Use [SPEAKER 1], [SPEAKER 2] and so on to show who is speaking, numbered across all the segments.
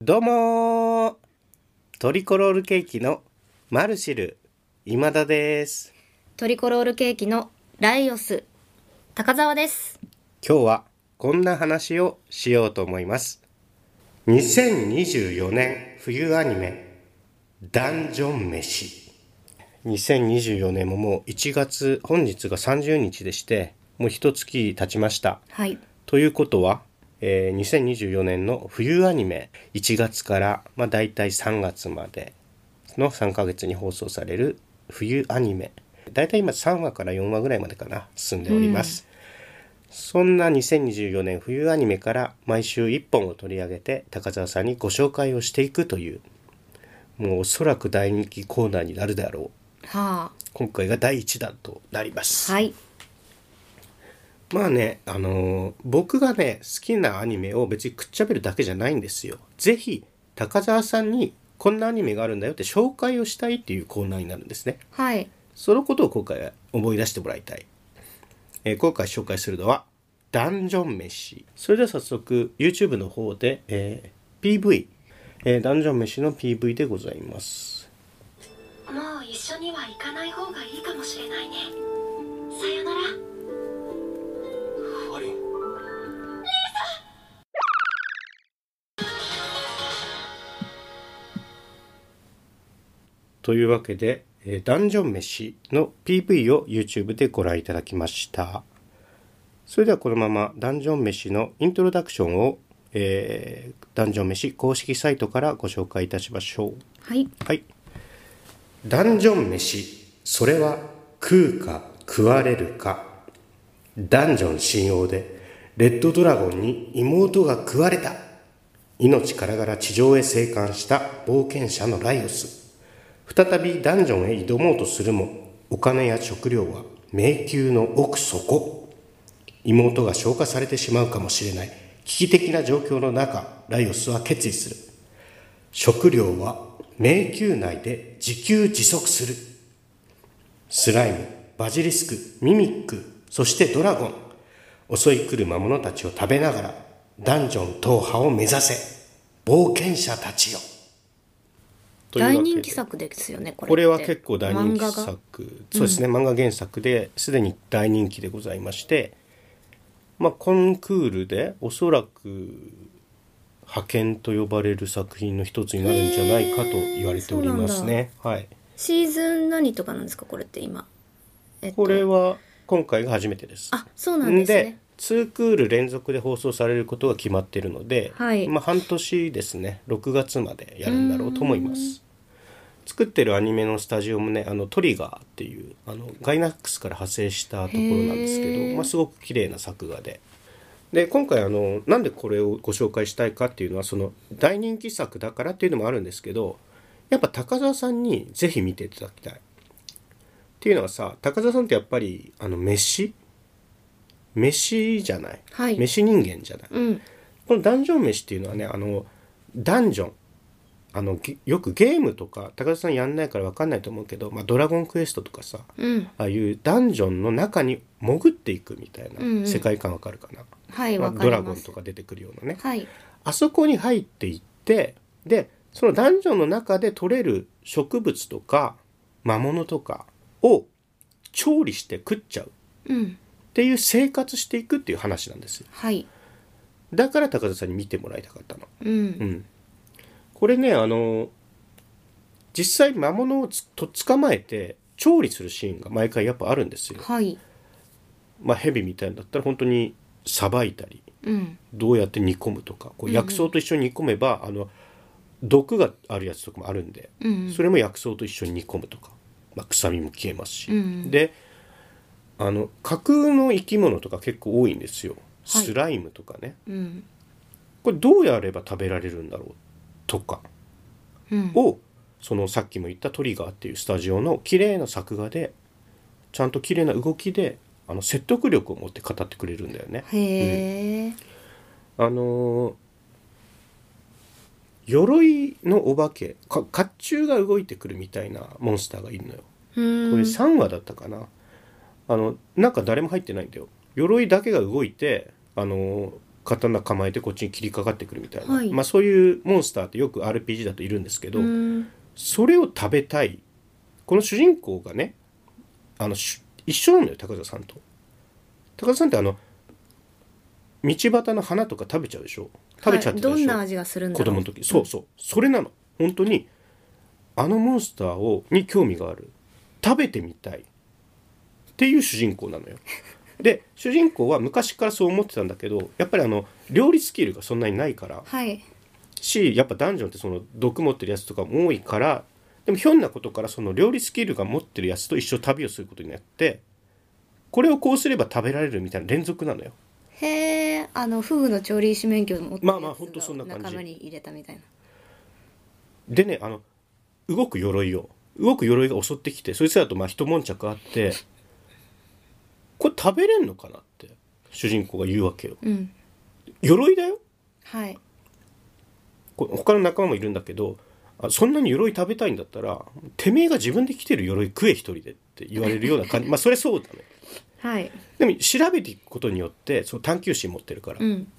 [SPEAKER 1] どうもートリコロールケーキのマルシル今田です
[SPEAKER 2] トリコロールケーキのライオス高澤です
[SPEAKER 1] 今日はこんな話をしようと思います2024年冬アニメダンジョン飯2024年ももう1月本日が30日でしてもう一月経ちました
[SPEAKER 2] はい
[SPEAKER 1] ということは、えー2024年の冬アニメ1月から、まあ、大体3月までの3ヶ月に放送される冬アニメ大体今3話から4話ぐらいまでかな進んでおります、そんな2024年冬アニメから毎週1本を取り上げて高澤さんにご紹介をしていくというもうおそらく大人気コーナーになるであろう
[SPEAKER 2] は
[SPEAKER 1] 今回が第1弾となります
[SPEAKER 2] あはい
[SPEAKER 1] まあね、あのー僕がね、好きなアニメを別にくっちゃべるだけじゃないんですよ。ぜひ、高澤さんに、こんなアニメがあるんだよって紹介をしたいっていうコーナーになるんですね。
[SPEAKER 2] はい
[SPEAKER 1] そのことを今回は思い出してもらいたい。えー今回紹介するのは、ダンジョン飯。それでは早速、YouTube の方で、えー PV、えーダンジョン飯の PV でございます。
[SPEAKER 3] もう一緒には行かない方がいいかもしれないねさよなら
[SPEAKER 1] というわけで、えーダンジョン飯の PV を YouTube でご覧いただきました。それではこのままダンジョン飯のイントロダクションを、えーダンジョン飯公式サイトからご紹介いたしましょう。
[SPEAKER 2] はい
[SPEAKER 1] はい。ダンジョン飯、それは食うか食われるか。ダンジョン新王で、レッドドラゴンに妹が食われた。命からがら地上へ生還した冒険者のライオス。再びダンジョンへ挑もうとするも、お金や食料は迷宮の奥底。妹が消化されてしまうかもしれない危機的な状況の中ライオスは決意する食料は迷宮内で自給自足するスライムバジリスクミミックそしてドラゴン襲い来る魔物たちを食べながらダンジョン踏破を目指せ冒険者たちよというわけ
[SPEAKER 2] 大
[SPEAKER 1] で
[SPEAKER 2] 人気作ですよねこれって
[SPEAKER 1] これは結構大人
[SPEAKER 2] 漫
[SPEAKER 1] 気
[SPEAKER 2] 画が
[SPEAKER 1] 作そうですね、漫画原作ですでに大人気でございましてまあコンクールでおそらく派遣と呼ばれる作品の一つになるんじゃないかと言われておりますね。はい、
[SPEAKER 2] シーズン何とかなんですかこれって今えっと
[SPEAKER 1] これは今回が初めてです。
[SPEAKER 2] あそうなんですね
[SPEAKER 1] 2クール連続で放送されることが決まっているので、
[SPEAKER 2] はい
[SPEAKER 1] まあ、半年ですね6月までやるんだろうと思います作ってるアニメのスタジオもねあのトリガーっていうあのガイナックスから派生したところなんですけ
[SPEAKER 2] へ
[SPEAKER 1] ど、
[SPEAKER 2] ー
[SPEAKER 1] まあ、すごく綺麗な作画でで今回あのなんでこれをご紹介したいかっていうのはその大人気作だからっていうのもあるんですけどやっぱ高澤さんにぜひ見ていただきたいっていうのはさ高澤さんってやっぱりあの飯飯じゃない、
[SPEAKER 2] はい
[SPEAKER 1] 飯人間じゃない、
[SPEAKER 2] うん
[SPEAKER 1] このダンジョン飯っていうのはねあのダンジョンあのげよくゲームとか高田さんやんないから分かんないと思うけど、まあ、ドラゴンクエストとかさ
[SPEAKER 2] うん
[SPEAKER 1] ああいうダンジョンの中に潜っていくみたい
[SPEAKER 2] うんう
[SPEAKER 1] なん世界観わかるかな、
[SPEAKER 2] はい
[SPEAKER 1] まあ
[SPEAKER 2] わか
[SPEAKER 1] ド
[SPEAKER 2] り
[SPEAKER 1] ラ
[SPEAKER 2] ま
[SPEAKER 1] ゴン
[SPEAKER 2] す
[SPEAKER 1] とか出てくるようなね
[SPEAKER 2] はい
[SPEAKER 1] あそこに入っていってでそのダンジョンの中で取れる植物とか魔物とかを調理して食っちゃうっ
[SPEAKER 2] うん
[SPEAKER 1] ていう生活していくっていう話なんですよ
[SPEAKER 2] はい
[SPEAKER 1] だから高田さんに見てもらいたかったの。
[SPEAKER 2] う
[SPEAKER 1] うんん、これねあの実際魔物をつと捕まえて調理するシーンが毎回やっぱあるんですよ。
[SPEAKER 2] はい
[SPEAKER 1] まあ、ヘビみたいなんだったら本当にさばいたり
[SPEAKER 2] うん
[SPEAKER 1] どうやって煮込むとかこう薬草と一緒に煮込めば、あの毒があるやつとかもあるんで、
[SPEAKER 2] うん
[SPEAKER 1] それも薬草と一緒に煮込むとか、まあ、臭みも消えますし、
[SPEAKER 2] うん
[SPEAKER 1] であの架空の生き物とか結構多いんですよ。
[SPEAKER 2] はい
[SPEAKER 1] スライムとかね、
[SPEAKER 2] うん
[SPEAKER 1] これどうやれば食べられるんだろうとか。
[SPEAKER 2] うん
[SPEAKER 1] をそのさっきも言ったトリガーっていうスタジオの綺麗な作画でちゃんと綺麗な動きであの説得力を持って語ってくれるんだよね。
[SPEAKER 2] へえ
[SPEAKER 1] あのー鎧のお化けか甲冑が動いてくるみたいなモンスターがいるのよ。
[SPEAKER 2] うん
[SPEAKER 1] これ3話だったかな、あの中誰も入ってないんだよ鎧だけが動いてあの刀構えてこっちに切りかかってくるみたいな、
[SPEAKER 2] はい
[SPEAKER 1] まあ、そういうモンスターってよく RPG だといるんですけど、
[SPEAKER 2] うん
[SPEAKER 1] それを食べたいこの主人公がねあのし一緒なんだよ高田さんと高田さんってあの道端の花とか食べちゃうでしょ食べちゃってた
[SPEAKER 2] は
[SPEAKER 1] で
[SPEAKER 2] い、
[SPEAKER 1] し
[SPEAKER 2] どん
[SPEAKER 1] ょ、
[SPEAKER 2] な味がするんだろ
[SPEAKER 1] 子
[SPEAKER 2] う
[SPEAKER 1] 供の時そうそうそれなの本当にあのモンスターをに興味がある食べてみたいっていう主人公なの よで主人公は昔からそう思ってたんだけどやっぱりあの料理スキルがそんなにないから
[SPEAKER 2] はい
[SPEAKER 1] しやっぱダンジョンってその毒持ってるやつとかも多いからでもひょんなことからその料理スキルが持ってるやつと一緒に旅をすることになってこれをこうすれば食べられるみたいな連続なのよ
[SPEAKER 2] へえあのフグの調理師免許を持ってる
[SPEAKER 1] まあまあ
[SPEAKER 2] やつが
[SPEAKER 1] ほんとそんな感じ
[SPEAKER 2] 仲間に入れたみたいな
[SPEAKER 1] でねあの動く鎧を動く鎧が襲ってきてそいつらとまあ一悶着あってこれ食べれんのかなって主人公が言うわけよ
[SPEAKER 2] うん
[SPEAKER 1] 鎧だよ
[SPEAKER 2] はい
[SPEAKER 1] これ他の仲間もいるんだけどあそんなに鎧食べたいんだったらてめえが自分で着てる鎧食え一人でって言われるような感じまあそれそうだね
[SPEAKER 2] はい
[SPEAKER 1] でも調べていくことによってその探求心持ってるから、
[SPEAKER 2] うん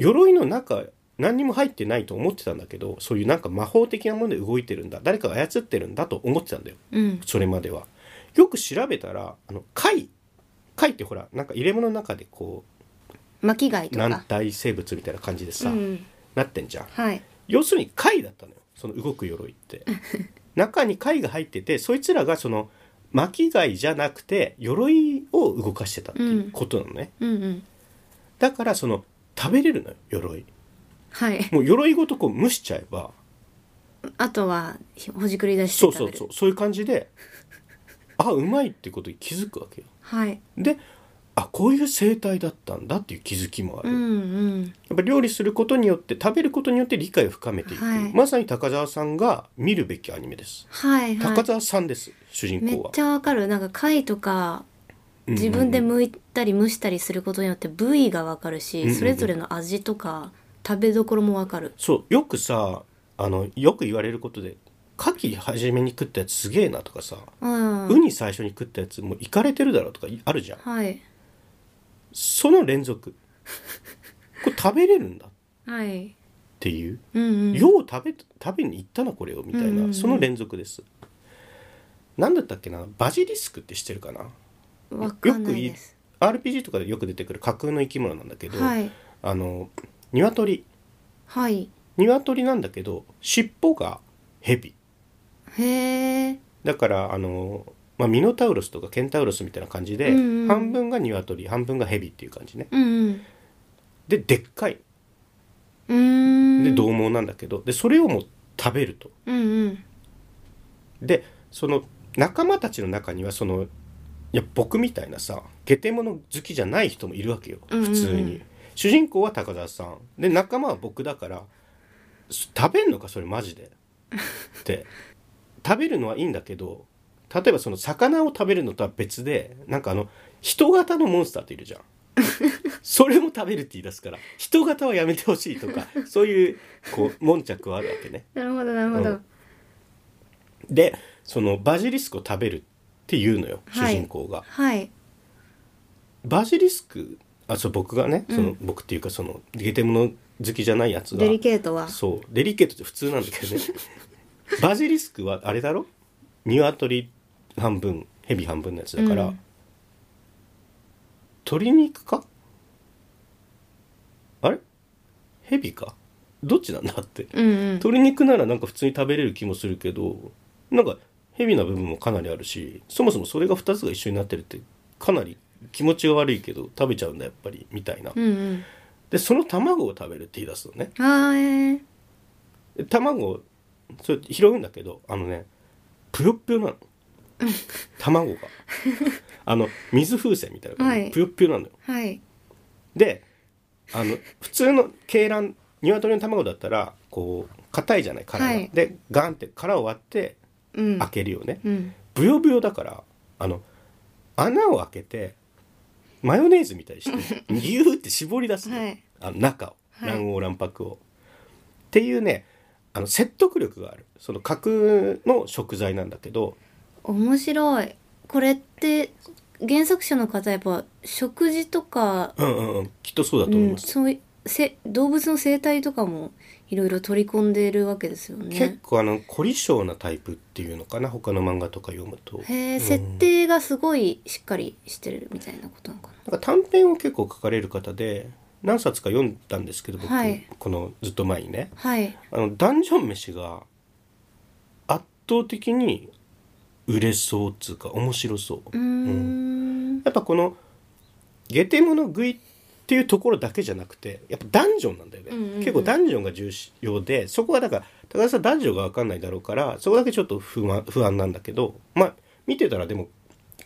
[SPEAKER 1] 鎧の中何にも入ってないと思ってたんだけどそういうなんか魔法的なもので動いてるんだ誰かが操ってるんだと思ってたんだよ
[SPEAKER 2] うん
[SPEAKER 1] それまではよく調べたらあの貝貝ってほらなんか入れ物の中でこ
[SPEAKER 2] 巻き貝
[SPEAKER 1] う
[SPEAKER 2] と
[SPEAKER 1] 軟
[SPEAKER 2] か
[SPEAKER 1] 体生物みたいな感じで
[SPEAKER 2] う
[SPEAKER 1] さ、
[SPEAKER 2] ん
[SPEAKER 1] なってんじゃん
[SPEAKER 2] はい
[SPEAKER 1] 要するに貝だったのよその動く鎧って 中に貝が入っててそいつらがその巻き貝じゃなくて鎧を動かしてたっていうことなのね、
[SPEAKER 2] うんうん
[SPEAKER 1] だからその食べれるのよ鎧
[SPEAKER 2] はい
[SPEAKER 1] もう鎧ごとこう蒸しちゃえば
[SPEAKER 2] あとはひほじくり出して
[SPEAKER 1] そうそ
[SPEAKER 2] 食べる
[SPEAKER 1] うそうそういう感じであうまいってことに気づくわけよ
[SPEAKER 2] はい
[SPEAKER 1] であこういう生態だったんだっていう気づきもあ
[SPEAKER 2] う
[SPEAKER 1] る、
[SPEAKER 2] ん
[SPEAKER 1] や
[SPEAKER 2] うん
[SPEAKER 1] っぱ料理することによって食べることによって理解を深めていく、
[SPEAKER 2] はい
[SPEAKER 1] まさに高澤さんが見るべきアニメです
[SPEAKER 2] はいはい
[SPEAKER 1] 高澤さんです主人
[SPEAKER 2] めっ
[SPEAKER 1] 公は
[SPEAKER 2] ちゃわかるなんか貝とか
[SPEAKER 1] うん
[SPEAKER 2] 自分で剥いたり蒸したりすることによって部位がわかるし、
[SPEAKER 1] うんうん
[SPEAKER 2] それぞれの味とか食べどころもわかる
[SPEAKER 1] そうよくさあのよく言われることで牡蠣初めに食ったやつすげえなとかさ、
[SPEAKER 2] うん
[SPEAKER 1] ウニ最初に食ったやつもういかれてるだろうとかあるじゃん
[SPEAKER 2] はい
[SPEAKER 1] その連 続これ食べれるんだっ
[SPEAKER 2] はい
[SPEAKER 1] ていう、
[SPEAKER 2] うんうん
[SPEAKER 1] よう食べ食べに行ったなこれをみたいな、
[SPEAKER 2] うんうんうん
[SPEAKER 1] その連続です何だったっけなバジリスクって知ってるかな
[SPEAKER 2] わかんないです
[SPEAKER 1] よくい RPG とかでよく出てくる架空の生き物なんだけど、
[SPEAKER 2] はい
[SPEAKER 1] あの鶏
[SPEAKER 2] はい
[SPEAKER 1] 鶏なんだけど尻尾が蛇
[SPEAKER 2] へえ
[SPEAKER 1] だからあの、まあ、ミノタウロスとかケンタウロスみたいな感じで、
[SPEAKER 2] うんうん
[SPEAKER 1] 半分が鶏半分が蛇っていう感じね
[SPEAKER 2] うんうん
[SPEAKER 1] ででっかいう
[SPEAKER 2] ーん
[SPEAKER 1] で獰猛なんだけどでそれをもう食べると
[SPEAKER 2] うんうん
[SPEAKER 1] でその仲間たちの中にはそのいや僕みたいなさ下手者好きじゃない人もいるわけよ
[SPEAKER 2] うんうんうん
[SPEAKER 1] 普通に、主人公は高田さんで仲間は僕だからす食べんのかそれマジでって食べるのはいいんだけど例えばその魚を食べるのとは別でなんかあの人型のモンスターっているじ ゃんそれも食べるって言い出すから人型はやめてほしいとかそういうこう悶着はあるわけね
[SPEAKER 2] なるほどなるほど、
[SPEAKER 1] うんでそのバジリスクを食べるっていうのよ、
[SPEAKER 2] はい
[SPEAKER 1] 主人公が
[SPEAKER 2] はい
[SPEAKER 1] バジリスクあそう僕がね、
[SPEAKER 2] うん
[SPEAKER 1] その僕っていうかそのゲテモノ好きじゃないやつが
[SPEAKER 2] デリケートは
[SPEAKER 1] そうデリケートって普通なんだけ どねバジリスクはあれだろ鶏半分蛇半分のやつだから、
[SPEAKER 2] うん
[SPEAKER 1] 鶏肉かあれ蛇かどっちなんだって
[SPEAKER 2] うんうん
[SPEAKER 1] 鶏肉ならなんか普通に食べれる気もするけどなんかヘビな部分もかなりあるしそもそもそれが2つが一緒になってるってかなり気持ちが悪いけど食べちゃうんだやっぱりみたいな、
[SPEAKER 2] うん
[SPEAKER 1] でその卵を食べるって言い出すのね
[SPEAKER 2] うんあーえ
[SPEAKER 1] で
[SPEAKER 2] ー
[SPEAKER 1] 卵をそれ拾うんだけどあのねぷよぷよなの卵があの水風船みたいな感じ
[SPEAKER 2] は
[SPEAKER 1] で
[SPEAKER 2] い
[SPEAKER 1] ぷよぷよなのよ
[SPEAKER 2] はい
[SPEAKER 1] であの普通の鶏卵鶏の卵だったらこう硬いじゃない殻が、
[SPEAKER 2] はい
[SPEAKER 1] でガンって殻を割って
[SPEAKER 2] うん
[SPEAKER 1] 開けるよね
[SPEAKER 2] うん
[SPEAKER 1] ブヨブヨだからあの穴を開けてマヨネーズみたいにしてギューって絞り出すの,、
[SPEAKER 2] はい
[SPEAKER 1] あの中を
[SPEAKER 2] はい
[SPEAKER 1] 卵黄卵白を、っていうねあの説得力があるその架空の食材なんだけど
[SPEAKER 2] 面白いこれって原作者の方やっぱ食事とか、
[SPEAKER 1] うんうんうんきっとそうだ
[SPEAKER 2] う
[SPEAKER 1] と思い
[SPEAKER 2] ん、
[SPEAKER 1] ます、
[SPEAKER 2] そういせ動物の生態とかもいろいろ取り込んでるわけですよ
[SPEAKER 1] 結
[SPEAKER 2] ね。
[SPEAKER 1] 構あの凝り性なタイプっていうのかな他の漫画とか読むと
[SPEAKER 2] へえ設定がすごいしっかりしてるみたいなことなのか
[SPEAKER 1] なんか短編を結構書かれる方で何冊か読んだんですけど僕、
[SPEAKER 2] はい
[SPEAKER 1] このずっと前にね
[SPEAKER 2] な。はい。
[SPEAKER 1] あのダンジョン飯が圧倒的に売れそうっつうか面白そう
[SPEAKER 2] うーん。
[SPEAKER 1] やっぱこの下手物食いっていうところだけじゃなくてやっぱダンジョンなんだよね、
[SPEAKER 2] うんうんうん
[SPEAKER 1] 結構ダンジョンが重要でそこはだから高田さんダンジョンが分かんないだろうからそこだけちょっと不安不安なんだけどまあ見てたらでも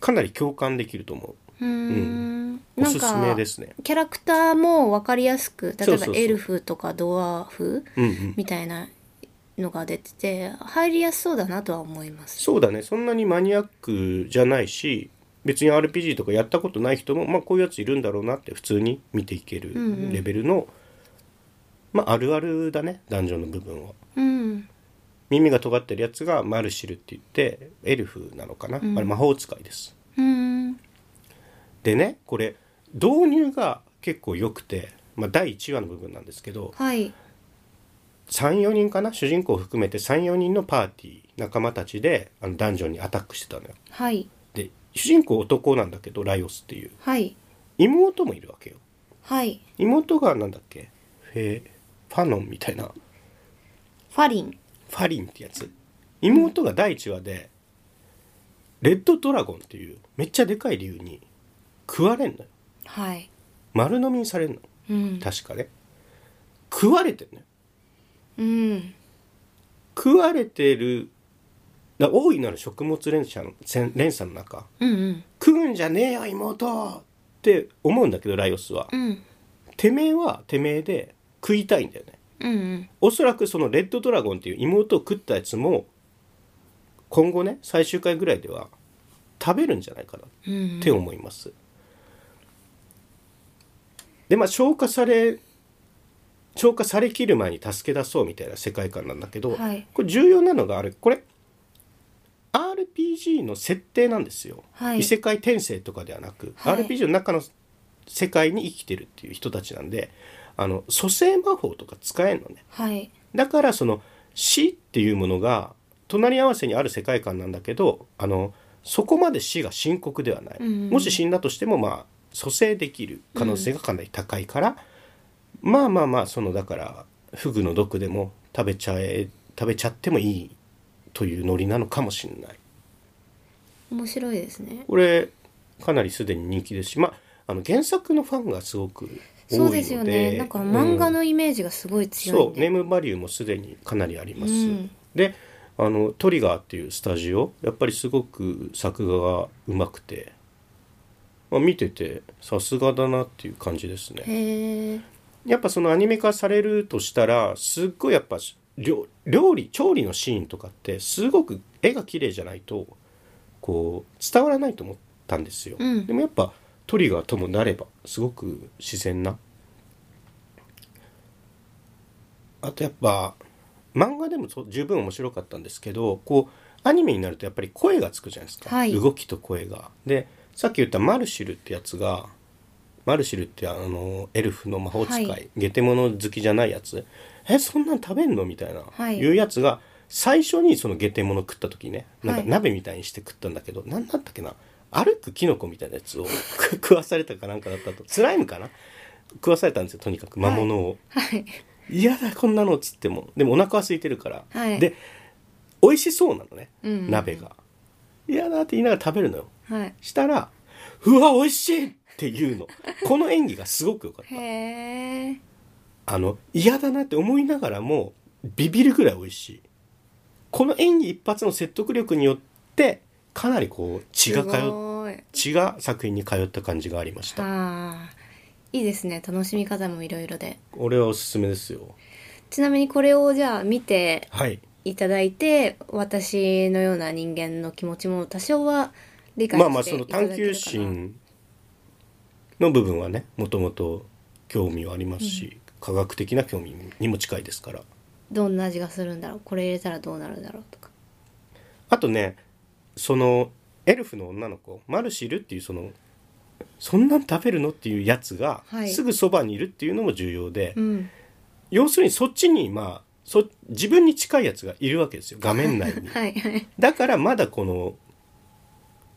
[SPEAKER 1] かなり共感できると思
[SPEAKER 2] うーん。
[SPEAKER 1] うお
[SPEAKER 2] なん
[SPEAKER 1] すす
[SPEAKER 2] か
[SPEAKER 1] めですね
[SPEAKER 2] キャラクターもわかりやすく
[SPEAKER 1] そ
[SPEAKER 2] 例
[SPEAKER 1] うそ
[SPEAKER 2] え
[SPEAKER 1] う
[SPEAKER 2] ば
[SPEAKER 1] そう
[SPEAKER 2] エルフとかドワーフ
[SPEAKER 1] うんうん
[SPEAKER 2] みたいなのが出てて入りやすそうだなとは思います。
[SPEAKER 1] そうだねそんなにマニアックじゃないし別に RPG とかやったことない人も、まあ、こういうやついるんだろうなって普通に見ていける
[SPEAKER 2] うんうん
[SPEAKER 1] レベルの、まあ、あるあるだねダンジョンの部分は。
[SPEAKER 2] うん。
[SPEAKER 1] 耳が尖ってるやつがマルシルって言ってエルフなのかな、あれ魔法使いです
[SPEAKER 2] うん。
[SPEAKER 1] でねこれ導入が結構良くて、まあ、第1話の部分なんですけど
[SPEAKER 2] はい。
[SPEAKER 1] 34人かな主人公を含めて34人のパーティー仲間たちであのダンジョンにアタックしてたのよ
[SPEAKER 2] はい。
[SPEAKER 1] で主人公男なんだけどライオスっていう
[SPEAKER 2] はい。
[SPEAKER 1] 妹もいるわけよ
[SPEAKER 2] はい。
[SPEAKER 1] 妹がなんだっけフェファノンみたいな
[SPEAKER 2] ファリン。
[SPEAKER 1] ファリンってやつ妹が第1話でレッドドラゴンっていうめっちゃでかい竜に食われんのよ
[SPEAKER 2] はい。
[SPEAKER 1] 丸飲みにされんの
[SPEAKER 2] うん。
[SPEAKER 1] 確かね食われてんのよ
[SPEAKER 2] うん。
[SPEAKER 1] 食われてるだ大いなる食物連鎖のせん連鎖の中
[SPEAKER 2] うんうん。
[SPEAKER 1] 食うんじゃねえよ妹って思うんだけどライオスは、
[SPEAKER 2] うん。
[SPEAKER 1] てめえはてめえで食いたいんだよね
[SPEAKER 2] うんうん。
[SPEAKER 1] おそらくそのレッドドラゴンっていう妹を食ったやつも今後ね最終回ぐらいでは食べるんじゃないかな
[SPEAKER 2] うん
[SPEAKER 1] って思います、でまあ消化され消化されきる前に助け出そうみたいな世界観なんだけど、
[SPEAKER 2] はい
[SPEAKER 1] これ重要なのがあれこれ RPG の設定なんですよ、
[SPEAKER 2] はい
[SPEAKER 1] 異世界転生とかではなく、
[SPEAKER 2] はい
[SPEAKER 1] RPG の中の世界に生きてるっていう人たちなんであの蘇生魔法とか使えんのね
[SPEAKER 2] はい。
[SPEAKER 1] だからその死っていうものが隣り合わせにある世界観なんだけどあのそこまで死が深刻ではない、
[SPEAKER 2] うんうん
[SPEAKER 1] もし死んだとしてもまあ蘇生できる可能性がかなり高いから、まあまあまあそのだからフグの毒でも食べちゃえ食べちゃってもいいというノリなのかもしれない
[SPEAKER 2] 面白いですね。
[SPEAKER 1] これかなりすでに人気ですしまああの原作のファンがすごく多い
[SPEAKER 2] そ
[SPEAKER 1] ので
[SPEAKER 2] うですよね。なんか漫
[SPEAKER 1] う
[SPEAKER 2] 画
[SPEAKER 1] ん
[SPEAKER 2] のイメージがすごい強い
[SPEAKER 1] そ
[SPEAKER 2] ん
[SPEAKER 1] うネ
[SPEAKER 2] で。
[SPEAKER 1] ームバリューもすでにかなりあります、
[SPEAKER 2] うん
[SPEAKER 1] であのトリガーっていうスタジオやっぱりすごく作画がうまくて、まあ、見ててさすがだなっていう感じですね
[SPEAKER 2] へえ。
[SPEAKER 1] やっぱそのアニメ化されるとしたらすっごいやっぱ料料理調理のシーンとかってすごく絵が綺麗じゃないとこう伝わらないと思ったんですよ、
[SPEAKER 2] うん
[SPEAKER 1] でもやっぱトリガーともなればすごく自然なあとやっぱ漫画でもそう十分面白かったんですけどこうアニメになるとやっぱり声がつくじゃないですか、
[SPEAKER 2] はい
[SPEAKER 1] 動きと声が。でさっき言ったマルシルってやつがマルシルってあのエルフの魔法使い、
[SPEAKER 2] はい
[SPEAKER 1] 下手者好きじゃないやつえそんなん食べんのみたいな、
[SPEAKER 2] はい
[SPEAKER 1] いうやつが最初にその下手者食った時ねなんか
[SPEAKER 2] はい
[SPEAKER 1] 鍋みたいにして食ったんだけど、なんだったっけな歩くキノコみたいなやつを 食わされたかなんかだったとスライムかな食わされたんですよとにかく魔物を。
[SPEAKER 2] はい。
[SPEAKER 1] 嫌だこんなのっつってもでもお腹は空いてるから、
[SPEAKER 2] はい
[SPEAKER 1] で美味しそうなのね、
[SPEAKER 2] うんうんうん
[SPEAKER 1] 鍋が嫌だって言いながら食べるのよ
[SPEAKER 2] はい。
[SPEAKER 1] したら「うわ美味しい!」っていうのこの演技がすごく良かっ
[SPEAKER 2] へ
[SPEAKER 1] た
[SPEAKER 2] え。
[SPEAKER 1] あの嫌だなって思いながらもビビるぐらい美味しいこの演技一発の説得力によってかなりこう血が通
[SPEAKER 2] す
[SPEAKER 1] っ
[SPEAKER 2] ごい。
[SPEAKER 1] 血が作品に通った感じがありました
[SPEAKER 2] ああ。いいですね。楽しみ方もいろいろで。
[SPEAKER 1] 俺はおすすめですよ
[SPEAKER 2] ちなみにこれをじゃあ見て
[SPEAKER 1] はい
[SPEAKER 2] いただいて、私のような人間の気持ちも多少は理解していただけるかな。
[SPEAKER 1] まあまあその探求心の部分はねもともと興味はありますし、科学的な興味にも近いですから
[SPEAKER 2] どんな味がするんだろうこれ入れたらどうなるんだろうとか
[SPEAKER 1] あとねそのエルフの女の子マルシルっていうそのそんなん食べるのっていうやつが、
[SPEAKER 2] はい
[SPEAKER 1] すぐそばにいるっていうのも重要で、
[SPEAKER 2] うん
[SPEAKER 1] 要するにそっちにまあそ自分に近いやつがいるわけですよ画面 内に
[SPEAKER 2] はいはい
[SPEAKER 1] だからまだこの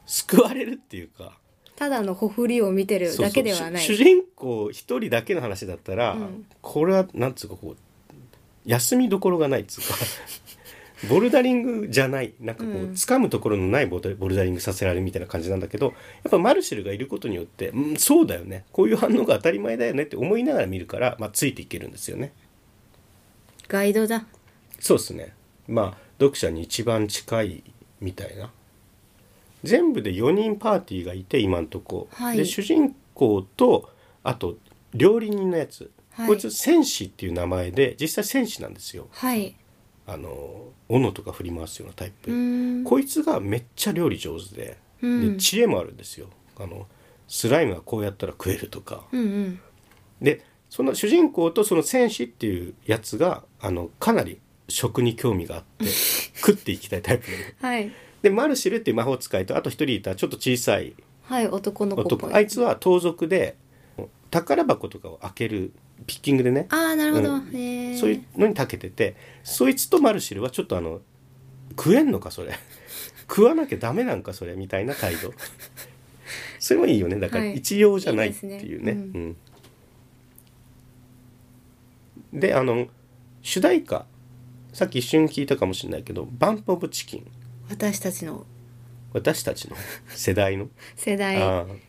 [SPEAKER 1] 救われるっていうか
[SPEAKER 2] ただのほふりを見てるだけではない
[SPEAKER 1] そうそう主主人公一人だけの話だったら、
[SPEAKER 2] うん
[SPEAKER 1] これはなんつうかこう休みどころがないっつうか ボルダリングじゃないなんかこう、
[SPEAKER 2] うん
[SPEAKER 1] 掴むところのないボルダボルダリングさせられるみたいな感じなんだけどやっぱマルシルがいることによって、うん、そうだよねこういう反応が当たり前だよねって思いながら見るから、まあ、ついていけるんですよね。
[SPEAKER 2] ガイドだ
[SPEAKER 1] そうですねまあ読者に一番近いみたいな全部で4人パーティーがいて今んとこ、
[SPEAKER 2] はい
[SPEAKER 1] で主人公とあと料理人のやつ、
[SPEAKER 2] はい
[SPEAKER 1] こいつ戦士っていう名前で実際戦士なんですよ
[SPEAKER 2] はい
[SPEAKER 1] あの斧とか振り回すようなタイ
[SPEAKER 2] う
[SPEAKER 1] プ、
[SPEAKER 2] ーん
[SPEAKER 1] こいつがめっちゃ料理上手で,、で
[SPEAKER 2] うん
[SPEAKER 1] 知恵もあるんですよあのスライムはこうやったら食えるとか、
[SPEAKER 2] うんうん
[SPEAKER 1] でその主人公とその戦士っていうやつがあのかなり食に興味があって食っていきたいタイプなの
[SPEAKER 2] はい
[SPEAKER 1] でマルシルっていう魔法使いとあと一人いたちょっと小さい
[SPEAKER 2] はい男の子っぽ
[SPEAKER 1] 男
[SPEAKER 2] い
[SPEAKER 1] あいつは盗賊で宝箱とかを開けるピッキングでね
[SPEAKER 2] ああなるほど、
[SPEAKER 1] うん
[SPEAKER 2] へえ
[SPEAKER 1] そういうのに長けててそいつとマルシルはちょっとあの食えんのかそれ 食わなきゃダメなんかそれみたいな態度それもいいよねだから
[SPEAKER 2] はい
[SPEAKER 1] 一様じゃないって
[SPEAKER 2] い
[SPEAKER 1] い
[SPEAKER 2] いうです
[SPEAKER 1] ね
[SPEAKER 2] ね
[SPEAKER 1] うんであの主題歌さっき一瞬聞いたかもしれないけど「バンプ・オブ・チキン
[SPEAKER 2] 私たちの」
[SPEAKER 1] 私たちの世代の、
[SPEAKER 2] 世代
[SPEAKER 1] あー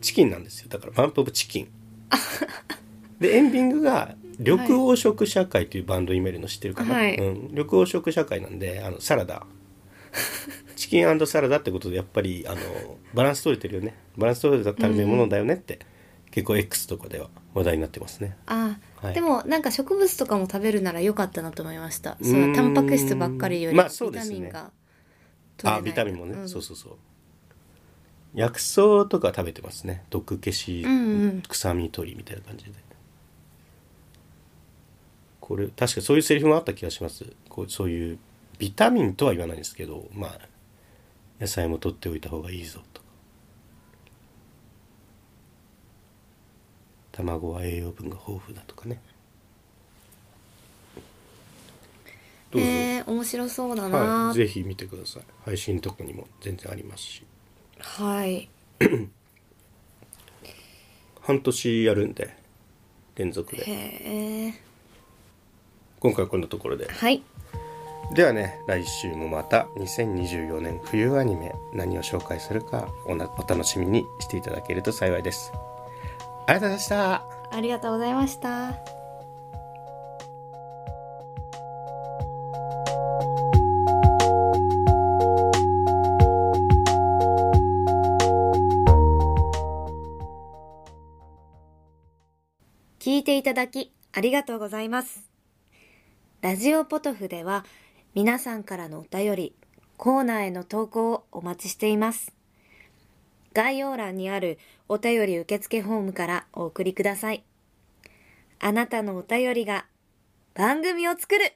[SPEAKER 1] チキンなんですよだから「バンプ・オブ・チキ ン」でエンディングが「緑黄色社会」というバンドイメージの知ってるかな、
[SPEAKER 2] はい
[SPEAKER 1] うん、緑黄色社会なんであのサラ ダチキンサラダってことでやっぱりあのバランス取れてるよねバランス取れた食べ物だよねって、結構 X とかでは話題になってますね
[SPEAKER 2] あー、
[SPEAKER 1] はい
[SPEAKER 2] でもなんか植物とかも食べるなら良かったなと思いましたそう
[SPEAKER 1] ーん
[SPEAKER 2] のタンパク質ばっかりより
[SPEAKER 1] まあ
[SPEAKER 2] ビ
[SPEAKER 1] そうで
[SPEAKER 2] タ
[SPEAKER 1] すね
[SPEAKER 2] ミンが取れない
[SPEAKER 1] あビタミンもね、
[SPEAKER 2] うん
[SPEAKER 1] そうそうそう薬草とか食べてますね毒消し、
[SPEAKER 2] うんうん
[SPEAKER 1] 臭み取りみたいな感じでこれ確かそういうセリフもあった気がしますこうそういうビタミンとは言わないですけどまあ野菜も取っておいた方がいいぞとか卵は栄養分が豊富だとかねどうぞ、
[SPEAKER 2] へえ面白そうだ
[SPEAKER 1] は、
[SPEAKER 2] ない
[SPEAKER 1] ぜひ見てください配信とかにも全然ありますし
[SPEAKER 2] はい
[SPEAKER 1] 半年やるんで連続で
[SPEAKER 2] へえ
[SPEAKER 1] 今回はこんなところで
[SPEAKER 2] はい
[SPEAKER 1] ではね来週もまた2024年冬アニメ何を紹介するかおなお楽しみにしていただけると幸いですありがとうございました
[SPEAKER 2] ありがとうございました聞いていただきありがとうございますラジオポトフでは皆さんからのお便りコーナーへの投稿をお待ちしています概要欄にあるお便り受付フォームからお送りください。あなたのお便りが番組を作る